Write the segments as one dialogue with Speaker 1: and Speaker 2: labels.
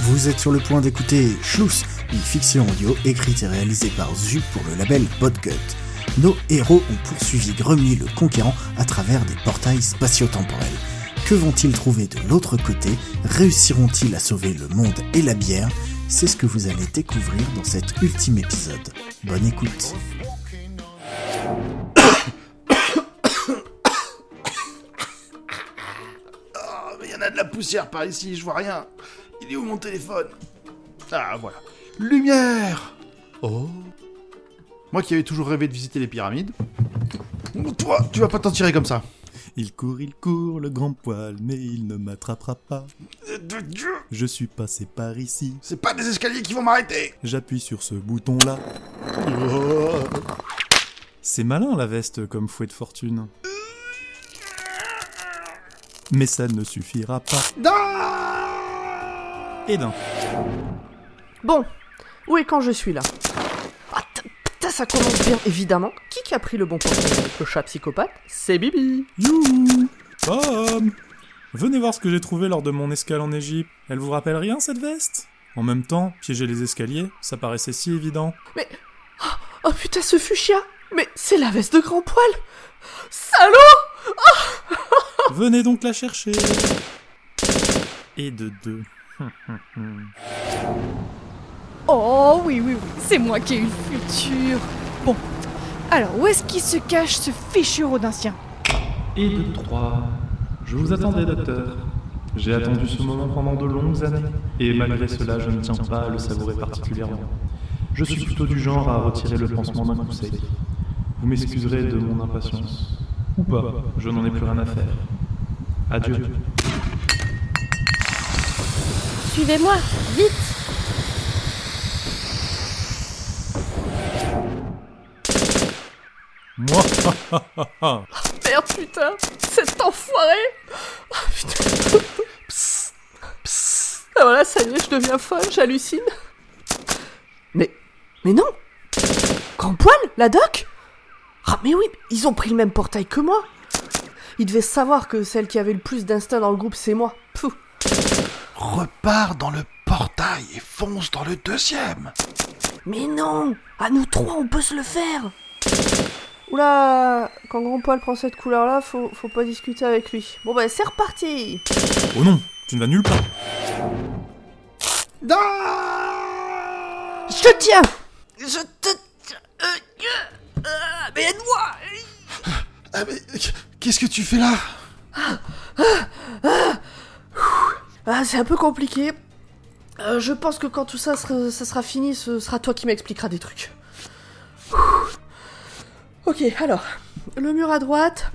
Speaker 1: Vous êtes sur le point d'écouter Schluss, une fiction audio écrite et réalisée par Zu pour le label Podcut. Nos héros ont poursuivi Grumly le Conquérant à travers des portails spatio-temporels. Que vont-ils trouver de l'autre côté Réussiront-ils à sauver le monde et la bière C'est ce que vous allez découvrir dans cet ultime épisode. Bonne écoute
Speaker 2: Ah, mais il y en a de la poussière par ici, je vois rien. Il est où mon téléphone Ah, voilà. Lumière Oh Moi qui avais toujours rêvé de visiter les pyramides. Toi, tu vas pas t'en tirer comme ça.
Speaker 3: Il court, il court, le grand poil, mais il ne m'attrapera pas.
Speaker 2: Euh, de Dieu
Speaker 3: Je suis passé par ici,
Speaker 2: C'est pas des escaliers qui vont m'arrêter
Speaker 3: j'appuie sur ce bouton-là. Oh. C'est malin la veste comme fouet de fortune. Mais ça ne suffira pas.
Speaker 2: Non
Speaker 3: Eh ben. Et d'un.
Speaker 4: Bon, où et quand je suis là Ah, t- putain, ça commence bien, évidemment. Qui qui a pris le bon point Le chat psychopathe, c'est Bibi.
Speaker 3: Youhou Pomme Venez voir ce que j'ai trouvé lors de mon escale en Égypte. Elle vous rappelle rien cette veste En même temps, piéger les escaliers, ça paraissait si évident.
Speaker 4: Oh putain, ce fuchsia Mais c'est la veste de grand poil Salaud
Speaker 3: Venez donc la chercher Et de deux.
Speaker 5: Oh oui, oui, oui, c'est moi qui ai eu le futur. Bon, alors où est-ce qu'il se cache ce fichu rhodintien
Speaker 6: Et de 3. Je vous attendais, docteur. J'ai attendu ce moment pendant de longues années, et malgré cela, je ne tiens pas à le savourer particulièrement. Je suis plutôt du genre à retirer le pansement d'un coup sec. Vous m'excuserez de mon impatience. Ou pas, je n'en ai plus rien à faire. Adieu.
Speaker 7: Suivez-moi, vite
Speaker 3: Moi
Speaker 4: Merde, putain Cet enfoiré Ah putain Psst, psst. Ah voilà, ça y est, je deviens folle, j'hallucine. Mais... Mais non Grand poil La doc Ah mais oui, ils ont pris le même portail que moi Ils devaient savoir que celle qui avait le plus d'instinct dans le groupe, c'est moi. Pfff
Speaker 2: Repars dans le portail et fonce dans le deuxième
Speaker 4: Mais non À nous trois, on peut se le faire Oula Quand Grand Poil prend cette couleur-là, faut, faut pas discuter avec lui. Bon bah c'est reparti
Speaker 3: Oh non, tu ne vas nulle part.
Speaker 2: Non Ah,
Speaker 4: Je te tiens
Speaker 7: Je te... euh, euh, euh, mais aide-moi
Speaker 2: Ah, mais qu'est-ce que tu fais là
Speaker 4: Ah, c'est un peu compliqué. Euh, je pense que quand tout ça sera, ça sera fini, ce sera toi qui m'expliqueras des trucs. Ouh. Ok, alors, le mur à droite,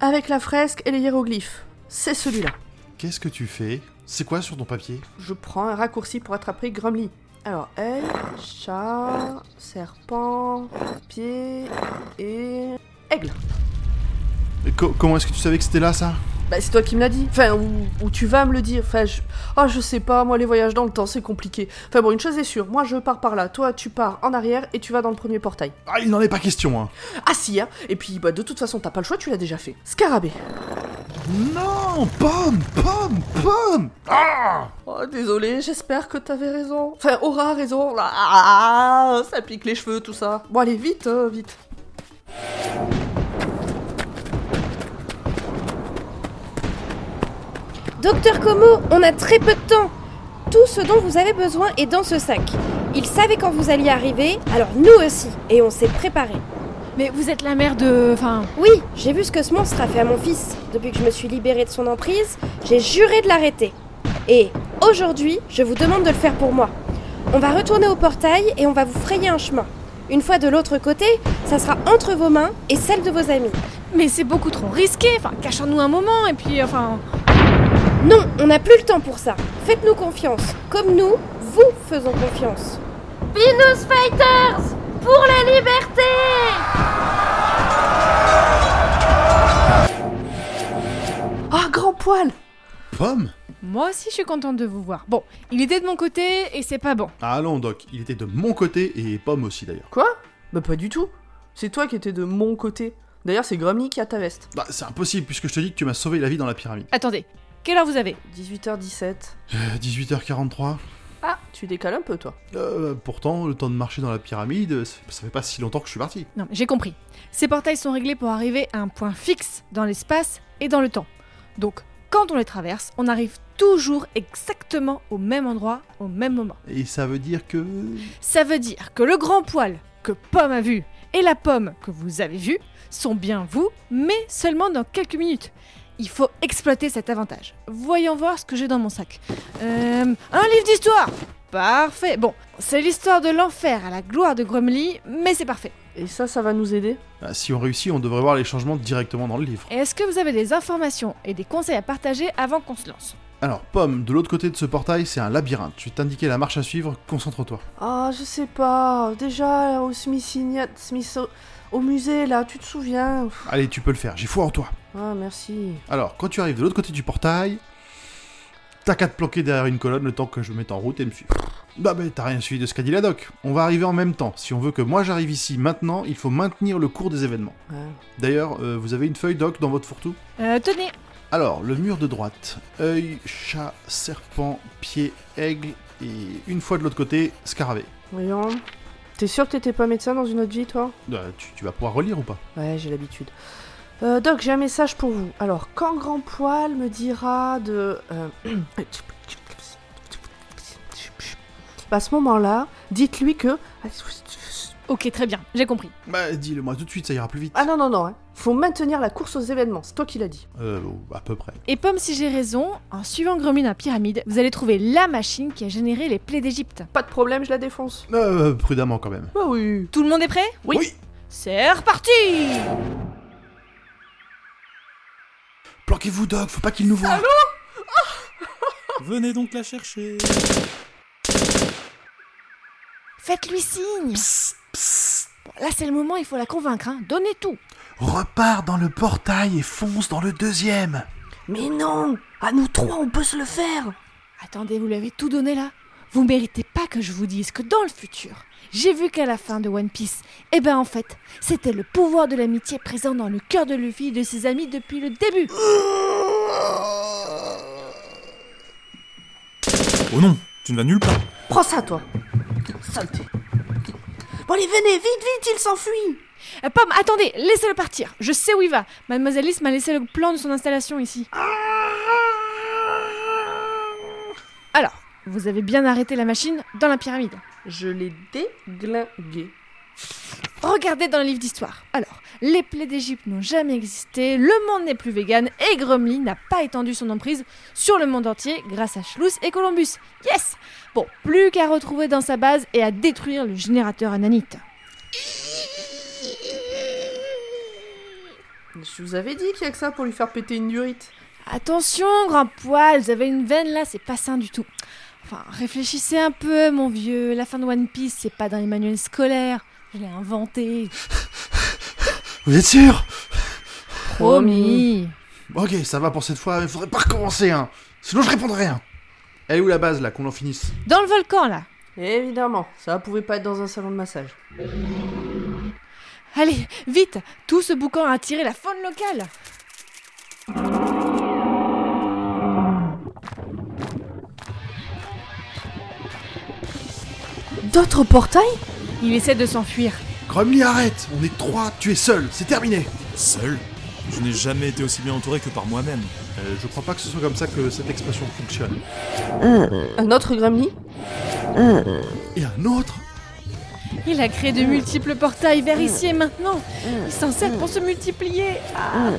Speaker 4: avec la fresque et les hiéroglyphes. C'est celui-là.
Speaker 2: Qu'est-ce que tu fais C'est quoi sur ton papier
Speaker 4: Je prends un raccourci pour attraper Grumly. Alors, œil, chat, serpent, pied et aigle.
Speaker 2: Et co- Comment est-ce que tu savais que c'était là, ça
Speaker 4: Bah, c'est toi qui me l'as dit. Enfin, ou, ou tu vas me le dire. Enfin, je... Ah, je sais pas, moi, les voyages dans le temps, c'est compliqué. Enfin, bon, une chose est sûre, moi, je pars par là. Toi, tu pars en arrière et tu vas dans le premier portail.
Speaker 2: Ah, il n'en est pas question, hein
Speaker 4: Ah si, hein Et puis, bah, de toute façon, t'as pas le choix, tu l'as déjà fait. Scarabée.
Speaker 2: Non Pomme Pomme Pomme Ah
Speaker 4: Oh, désolé, j'espère que t'avais raison. Enfin, aura raison. Là, ah, ça pique les cheveux, tout ça. Bon, allez, vite, euh, vite.
Speaker 7: Docteur Como, on a très peu de temps Tout ce dont vous avez besoin est dans ce sac. Il savait quand vous alliez arriver, alors nous aussi, et on s'est préparé.
Speaker 5: Mais vous êtes la mère de... Enfin,
Speaker 7: Oui, j'ai vu ce que ce monstre a fait à mon fils. Depuis que je me suis libérée de son emprise, j'ai juré de l'arrêter. Et aujourd'hui, je vous demande de le faire pour moi. On va retourner au portail et on va vous frayer un chemin. Une fois de l'autre côté, ça sera entre vos mains et celles de vos amis.
Speaker 5: mais c'est beaucoup trop risqué. Enfin, cachons-nous un moment et puis, enfin...
Speaker 7: Non, on n'a plus le temps pour ça. Faites-nous confiance. Comme nous, vous faisons confiance.
Speaker 8: Venus Fighters pour la liberté
Speaker 4: Ah, grand poil
Speaker 2: Pomme
Speaker 5: Moi aussi, je suis contente de vous voir. Bon, il était de mon côté et c'est pas bon.
Speaker 2: Ah Allons, Doc, il était de mon côté et Pomme aussi d'ailleurs.
Speaker 4: Quoi Bah, pas du tout. C'est toi qui étais de mon côté. D'ailleurs, c'est Grumly qui a ta veste.
Speaker 2: Bah, c'est impossible puisque je te dis que tu m'as sauvé la vie dans la pyramide.
Speaker 5: Attendez, quelle heure vous avez
Speaker 4: 18h17.
Speaker 2: Euh, 18h43.
Speaker 9: Ah, tu décales un peu, toi.
Speaker 2: Euh, pourtant, le temps de marcher dans la pyramide, ça fait- ça fait pas si longtemps que je suis parti.
Speaker 5: Non, mais j'ai compris. Ces portails sont réglés pour arriver à un point fixe dans l'espace et dans le temps. Donc, quand on les traverse, on arrive toujours exactement au même endroit, au même moment.
Speaker 2: Et ça veut dire que...
Speaker 5: Ça veut dire que le grand poil que Pomme a vu et la pomme que vous avez vue sont bien vous, mais seulement dans quelques minutes. Il faut exploiter cet avantage. Voyons voir ce que j'ai dans mon sac. Euh, un livre d'histoire Parfait Bon, c'est l'histoire de l'enfer à la gloire de Grumly, mais c'est parfait.
Speaker 9: Et ça, ça va nous aider
Speaker 2: Ah, si on réussit, on devrait voir les changements directement dans le livre.
Speaker 5: Et Est-ce que vous avez des informations et des conseils à partager avant qu'on se lance
Speaker 2: Alors, Pomme, de l'autre côté de ce portail, c'est un labyrinthe. Je vais t'indiquer la marche à suivre, concentre-toi.
Speaker 4: Ah, je sais pas. Déjà, au Smithsonian, Smith, au musée, là, tu te souviens Pff,
Speaker 2: Allez, tu peux le faire, j'ai foi en toi.
Speaker 4: Ah, merci.
Speaker 2: Alors, quand tu arrives de l'autre côté du portail, t'as qu'à te planquer derrière une colonne le temps que je me mette en route et me suivre. Bah mais t'as rien suivi de ce qu'a dit la doc. On va arriver en même temps. Si on veut que moi j'arrive ici maintenant, il faut maintenir le cours des événements.
Speaker 4: Ouais.
Speaker 2: D'ailleurs, euh, vous avez une feuille doc dans votre fourre-tout
Speaker 5: Euh, Tenez,
Speaker 2: Alors, le mur de droite. Œil, chat, serpent, pied, aigle et une fois de l'autre côté, scarabée.
Speaker 4: Voyons. T'es sûr que t'étais pas médecin dans une autre vie, toi
Speaker 2: Euh, tu, tu vas pouvoir relire ou pas
Speaker 4: Ouais, j'ai l'habitude. Euh, Doc, j'ai un message pour vous. Alors, quand Grand Poil me dira de... euh, à ce moment-là, dites-lui que...
Speaker 5: ok, très bien, j'ai compris.
Speaker 2: Bah dis-le moi tout de suite, ça ira plus vite.
Speaker 4: Ah non, non, non. hein. Faut maintenir la course aux événements. C'est toi qui l'as dit.
Speaker 2: Euh, à peu près.
Speaker 5: Et pomme si j'ai raison, en suivant Grumly dans la pyramide, vous allez trouver la machine qui a généré les plaies d'Égypte.
Speaker 4: Pas de problème, je la défonce.
Speaker 2: Euh, prudemment quand même.
Speaker 4: Ah oui.
Speaker 5: Tout le monde est prêt
Speaker 4: Oui.
Speaker 5: C'est reparti
Speaker 2: Planquez-vous Doc, faut pas qu'il nous voie
Speaker 3: Venez donc la chercher.
Speaker 5: Faites-lui signe Bon, Là c'est le moment, il faut la convaincre, hein. donnez tout
Speaker 2: Repars dans le portail et fonce dans le deuxième.
Speaker 4: Mais non À nous trois, on peut se le faire
Speaker 5: Attendez, vous lui avez tout donné là Vous méritez pas que je vous dise que dans le futur, j'ai vu qu'à la fin de One Piece, eh ben en fait, c'était le pouvoir de l'amitié présent dans le cœur de Luffy et de ses amis depuis le début
Speaker 3: Oh non, tu ne vas nulle part.
Speaker 4: Prends ça, toi Saleté Bon, allez, venez, vite, vite, il s'enfuit
Speaker 5: Euh, Pomme, attendez, laissez-le partir. Je sais où il va. Mademoiselle Lys m'a laissé le plan de son installation ici. Alors, vous avez bien arrêté la machine dans la pyramide.
Speaker 4: Je l'ai déglingué.
Speaker 5: Regardez dans le livre d'histoire. Alors, les plaies d'Égypte n'ont jamais existé, le monde n'est plus vegan et Grumly n'a pas étendu son emprise sur le monde entier grâce à Schluss et Columbus. Yes Bon, plus qu'à retrouver dans sa base et à détruire le générateur ananite.
Speaker 4: Je vous avais dit qu'il y a que ça pour lui faire péter une durite.
Speaker 5: Attention, grand poil, vous avez une veine là, c'est pas sain du tout. Enfin, réfléchissez un peu, mon vieux. La fin de One Piece, c'est pas dans les manuels scolaires. Je l'ai inventé.
Speaker 2: Vous êtes sûr
Speaker 5: Promis.
Speaker 2: Ok, ça va pour cette fois, mais faudrait pas recommencer, hein Sinon je répondrai rien Elle est où la base, là, qu'on en finisse
Speaker 5: Dans le volcan là.
Speaker 4: Évidemment, ça pouvait pas être dans un salon de massage.
Speaker 5: Allez, vite Tout ce boucan a attiré la faune locale.
Speaker 4: D'autres portails
Speaker 5: Il essaie de s'enfuir.
Speaker 2: Grumly, arrête On est trois, tu es seul, c'est terminé
Speaker 3: Seul Je n'ai jamais été aussi bien entouré que par moi-même.
Speaker 2: Euh, Je crois pas que ce soit comme ça que cette expression fonctionne.
Speaker 4: Un autre Grumly
Speaker 2: Et un autre
Speaker 5: Il a créé de multiples portails vers ici et maintenant. Il s'en sert pour se multiplier. Ah,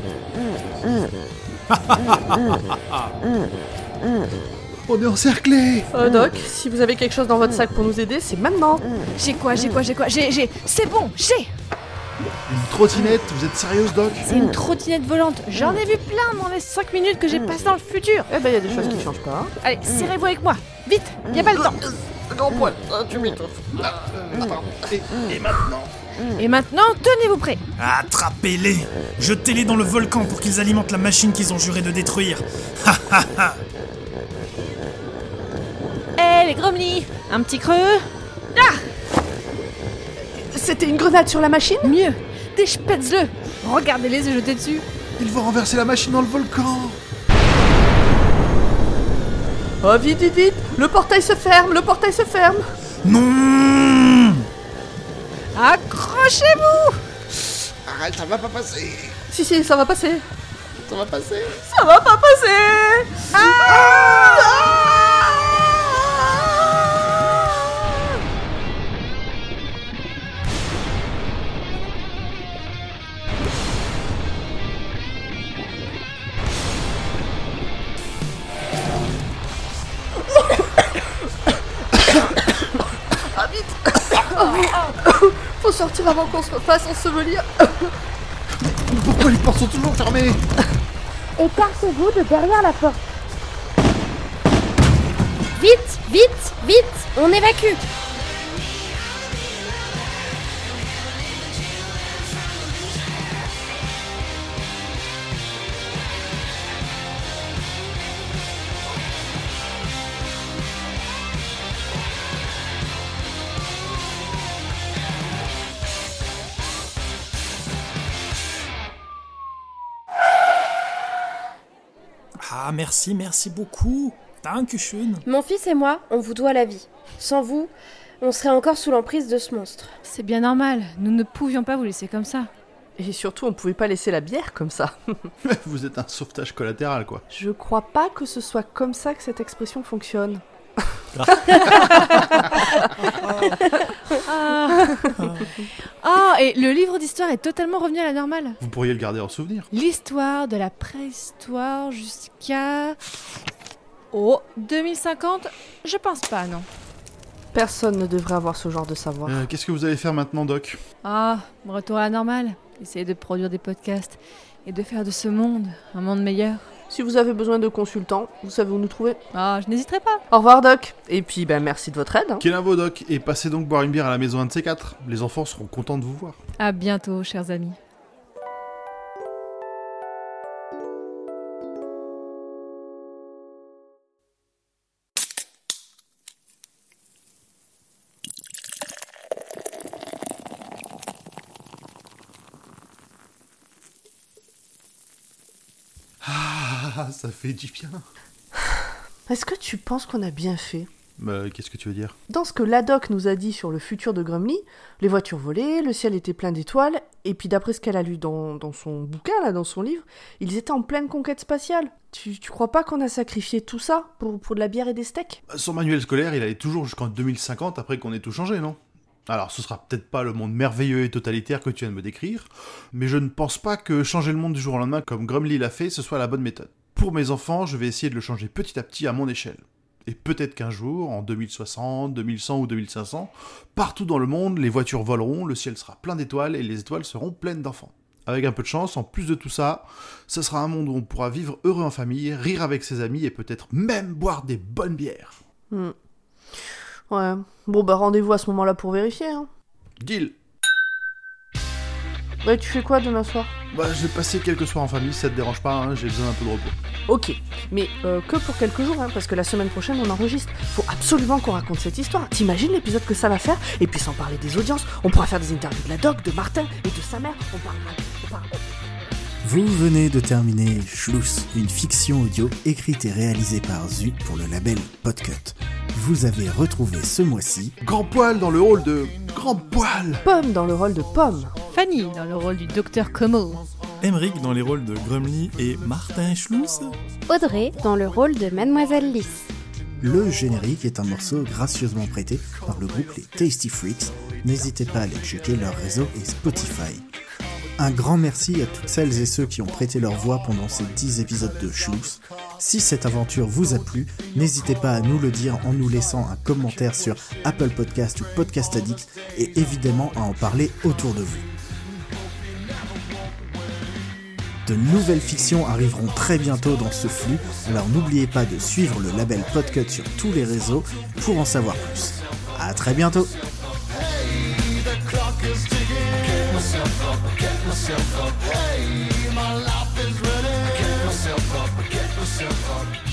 Speaker 2: On est encerclé
Speaker 4: Euh, Doc, si vous avez quelque chose dans votre sac pour nous aider, c'est maintenant
Speaker 5: j'ai quoi, j'ai quoi, j'ai quoi J'ai, j'ai. C'est bon, j'ai
Speaker 2: Une trottinette, vous êtes sérieuse, Doc
Speaker 5: C'est une trottinette volante. J'en ai vu plein dans les 5 minutes que j'ai passées dans le futur.
Speaker 4: Eh ben, il y a des choses qui changent pas. hein.
Speaker 5: Allez, serrez-vous avec moi. Vite, y a pas le temps.
Speaker 2: Euh,
Speaker 5: Et maintenant, tenez-vous prêts.
Speaker 3: Attrapez-les Jetez-les dans le volcan pour qu'ils alimentent la machine qu'ils ont juré de détruire.
Speaker 5: Hé, Eh, les gromlis, un petit creux.
Speaker 4: C'était une grenade sur la machine
Speaker 5: Mieux, dépêche-le. Regardez-les et jetez dessus.
Speaker 2: Ils vont renverser la machine dans le volcan
Speaker 10: Oh, vite, vite, vite Le portail se ferme, le portail se ferme
Speaker 3: Non
Speaker 5: Accrochez-vous
Speaker 2: Arrête, ça va pas passer
Speaker 10: Si, si, ça va passer
Speaker 2: Ça va passer
Speaker 10: Ça va pas passer Ah. Ah, vite Faut sortir avant qu'on se fasse ensevelir
Speaker 2: Pourquoi les portes sont toujours fermées
Speaker 11: Écartez-vous de derrière la porte.
Speaker 7: Vite, vite, vite, on évacue.
Speaker 3: Ah, merci, merci beaucoup. T'as un cuchune.
Speaker 7: Mon fils et moi, on vous doit la vie. Sans vous, on serait encore sous l'emprise de ce monstre.
Speaker 5: C'est bien normal, nous ne pouvions pas vous laisser comme ça.
Speaker 10: Et surtout, on pouvait pas laisser la bière comme ça.
Speaker 2: Vous êtes un sauvetage collatéral, quoi.
Speaker 4: Je crois pas que ce soit comme ça que cette expression fonctionne.
Speaker 5: Ah, Ah, et le livre d'histoire est totalement revenu à la normale.
Speaker 2: Vous pourriez le garder en souvenir.
Speaker 5: L'histoire de la préhistoire jusqu'à... Oh, 2050 Je pense pas, non.
Speaker 4: Personne ne devrait avoir ce genre de savoir.
Speaker 2: Euh, Qu'est-ce que vous allez faire maintenant, Doc
Speaker 5: Ah, retour à la normale. Essayer de produire des podcasts et de faire de ce monde un monde meilleur.
Speaker 4: Si vous avez besoin de consultants, vous savez où nous trouver.
Speaker 5: Ah, je n'hésiterai pas.
Speaker 4: Au revoir, Doc.
Speaker 10: Et puis, ben, merci de votre aide. hein.
Speaker 2: Quel info, Doc Et passez donc boire une bière à la maison 1 de ces quatre. Les enfants seront contents de vous voir.
Speaker 5: À bientôt, chers amis.
Speaker 2: Ah, ça fait du bien.
Speaker 4: Est-ce que tu penses qu'on a bien fait
Speaker 2: Mais Euh, qu'est-ce que tu veux dire
Speaker 4: Dans ce que l'ADOC nous a dit sur le futur de Grumly, les voitures volaient, le ciel était plein d'étoiles, et puis d'après ce qu'elle a lu dans, dans son bouquin, là, dans son livre, ils étaient en pleine conquête spatiale. Tu, tu crois pas qu'on a sacrifié tout ça pour, pour de la bière et des steaks
Speaker 2: Son manuel scolaire, il allait toujours jusqu'en 2050 après qu'on ait tout changé, non alors, ce sera peut-être pas le monde merveilleux et totalitaire que tu viens de me décrire, mais je ne pense pas que changer le monde du jour au lendemain comme Grumly l'a fait, ce soit la bonne méthode. Pour mes enfants, je vais essayer de le changer petit à petit à mon échelle. Et peut-être qu'un jour, en 2060, 2100 ou 2500, partout dans le monde, les voitures voleront, le ciel sera plein d'étoiles et les étoiles seront pleines d'enfants. Avec un peu de chance, en plus de tout ça, ce sera un monde où on pourra vivre heureux en famille, rire avec ses amis et peut-être même boire des bonnes bières.
Speaker 4: Hmm. Ouais. Bon, bah rendez-vous à ce moment-là pour vérifier. Hein.
Speaker 2: Deal
Speaker 4: Ouais, tu fais quoi demain soir
Speaker 2: Bah, je vais passer quelques soirs en famille, ça te dérange pas, hein, j'ai besoin d'un peu de repos.
Speaker 4: Ok, mais euh, que pour quelques jours, hein, parce que la semaine prochaine on enregistre. Faut absolument qu'on raconte cette histoire. T'imagines l'épisode que ça va faire Et puis sans parler des audiences, on pourra faire des interviews de la doc, de Martin et de sa mère. On parlera. On parlera...
Speaker 1: Vous venez de terminer Schluss, une fiction audio écrite et réalisée par Zu pour le label Podcut. Vous avez retrouvé ce mois-ci
Speaker 2: Grand poil dans le hall de. Grand poil
Speaker 4: Pomme dans le rôle de Pomme.
Speaker 5: Fanny, dans le rôle du docteur Como.
Speaker 3: Emmerich dans les rôles de Grumly et Martin Schluss.
Speaker 7: Audrey dans le rôle de Mademoiselle Lys.
Speaker 1: Le générique est un morceau gracieusement prêté par le groupe Les Tasty Freaks. N'hésitez pas à aller checker leur réseau et Spotify. Un grand merci à toutes celles et ceux qui ont prêté leur voix pendant ces 10 épisodes de Schluss. Si cette aventure vous a plu, n'hésitez pas à nous le dire en nous laissant un commentaire sur Apple Podcast ou Podcast Addict et évidemment à en parler autour de vous. De nouvelles fictions arriveront très bientôt dans ce flux, alors n'oubliez pas de suivre le label Podcut sur tous les réseaux pour en savoir plus. À très bientôt
Speaker 12: myself up. Hey, my life is ready. Get myself up, get myself up.